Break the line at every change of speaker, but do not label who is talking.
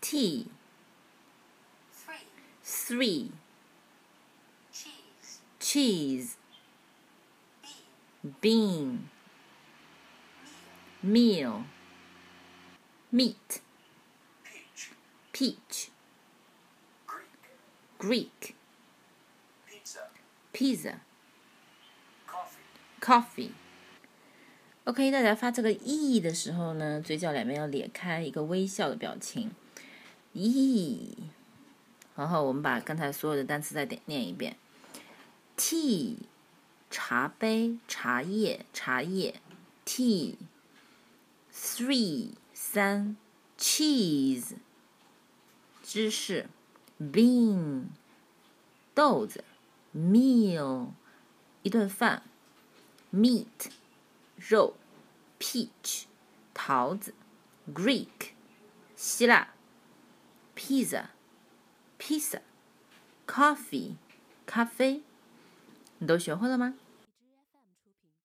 T
three,
three
cheese,
cheese
bean,
bean
meal,
meal meat
peach,
peach
Greek,
Greek
pizza,
pizza
coffee,
coffee。OK，大家发这个 e 的时候呢，嘴角两边要咧开一个微笑的表情。e，然后我们把刚才所有的单词再点念一遍。tea，茶杯、茶叶、茶叶。tea。three 三 cheese 芝士 bean 豆子 meal 一顿饭 meat 肉 peach 桃子 Greek 希腊 pizza pizza coffee 咖啡，你都学会了吗？